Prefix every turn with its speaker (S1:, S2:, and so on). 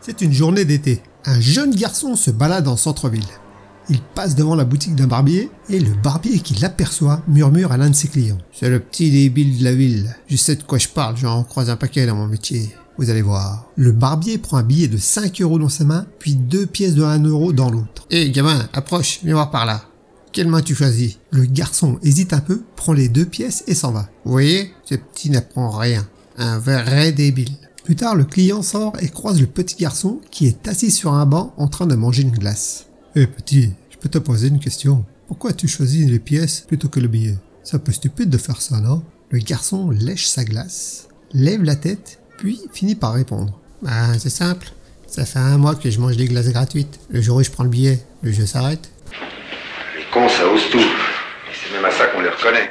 S1: C'est une journée d'été. Un jeune garçon se balade en centre-ville. Il passe devant la boutique d'un barbier et le barbier qui l'aperçoit murmure à l'un de ses clients. C'est le petit débile de la ville. Je sais de quoi je parle, j'en croise un paquet dans mon métier. Vous allez voir. Le barbier prend un billet de 5 euros dans sa main, puis deux pièces de 1 euro dans l'autre. Hé gamin, approche, viens voir par là. Quelle main tu choisis Le garçon hésite un peu, prend les deux pièces et s'en va. Vous voyez, ce petit n'apprend rien. Un vrai débile. Plus tard, le client sort et croise le petit garçon qui est assis sur un banc en train de manger une glace. Hé petit, je peux te poser une question. Pourquoi tu choisis les pièces plutôt que le billet C'est un peu stupide de faire ça, non Le garçon lèche sa glace, lève la tête, puis finit par répondre. Ben c'est simple. Ça fait un mois que je mange des glaces gratuites. Le jour où je prends le billet, le jeu s'arrête.
S2: Les cons, ça ose tout. Et c'est même à ça qu'on les reconnaît.